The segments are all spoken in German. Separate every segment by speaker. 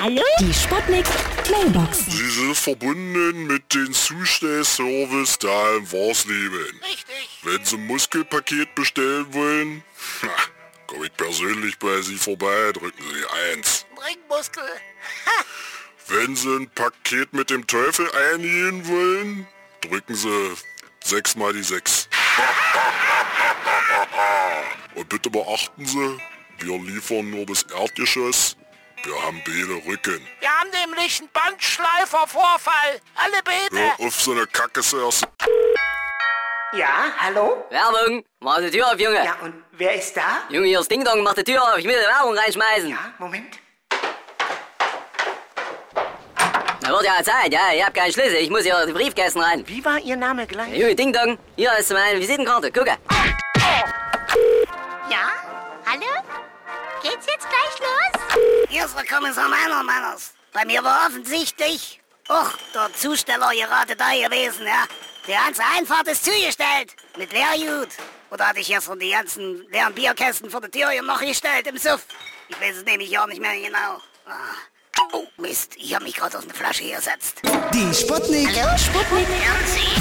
Speaker 1: Hallo?
Speaker 2: Die Sputnik Mailbox.
Speaker 3: Diese verbunden mit dem Zustellservice da im Warsleben. Wenn Sie ein Muskelpaket bestellen wollen, komme ich persönlich bei Sie vorbei, drücken Sie 1.
Speaker 1: Ringmuskel.
Speaker 3: Wenn Sie ein Paket mit dem Teufel eingehen wollen, drücken Sie 6 mal die 6. Und bitte beachten Sie, wir liefern nur bis Erdgeschoss. Wir haben beide Rücken.
Speaker 1: Wir haben nämlich einen Bandschleifervorfall. Alle Beete.
Speaker 3: Hör auf so eine Kacke zuerst.
Speaker 4: Ja, hallo?
Speaker 5: Werbung! Mach die Tür auf, Junge!
Speaker 4: Ja, und wer ist da?
Speaker 5: Junge, hier ist Ding Dong, mach die Tür auf, ich will die Werbung reinschmeißen!
Speaker 4: Ja, Moment.
Speaker 5: Da wird ja Zeit, ja, ich hab keinen Schlüssel, ich muss hier in die Briefkästen rein.
Speaker 4: Wie war Ihr Name gleich?
Speaker 5: Junge, Ding Dong, hier ist meine Visitenkarte, gucke!
Speaker 6: Ja? Hallo? Geht's jetzt gleich los?
Speaker 7: Hier ist der Kommissar Meiner, Manners. Bei mir war offensichtlich auch der Zusteller gerade da gewesen, ja. Die ganze Einfahrt ist zugestellt. Mit Leerjud. Oder hatte ich gestern die ganzen leeren Bierkästen vor der Tür noch gestellt im Suff? Ich weiß es nämlich auch nicht mehr genau. Ah. Oh, Mist. Ich habe mich gerade auf eine Flasche gesetzt.
Speaker 8: Die Sputnik.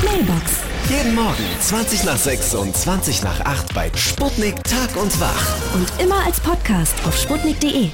Speaker 2: Mailbox.
Speaker 8: Jeden Morgen 20 nach 6 und 20 nach 8 bei Sputnik Tag und Wach.
Speaker 2: Und immer als Podcast auf sputnik.de.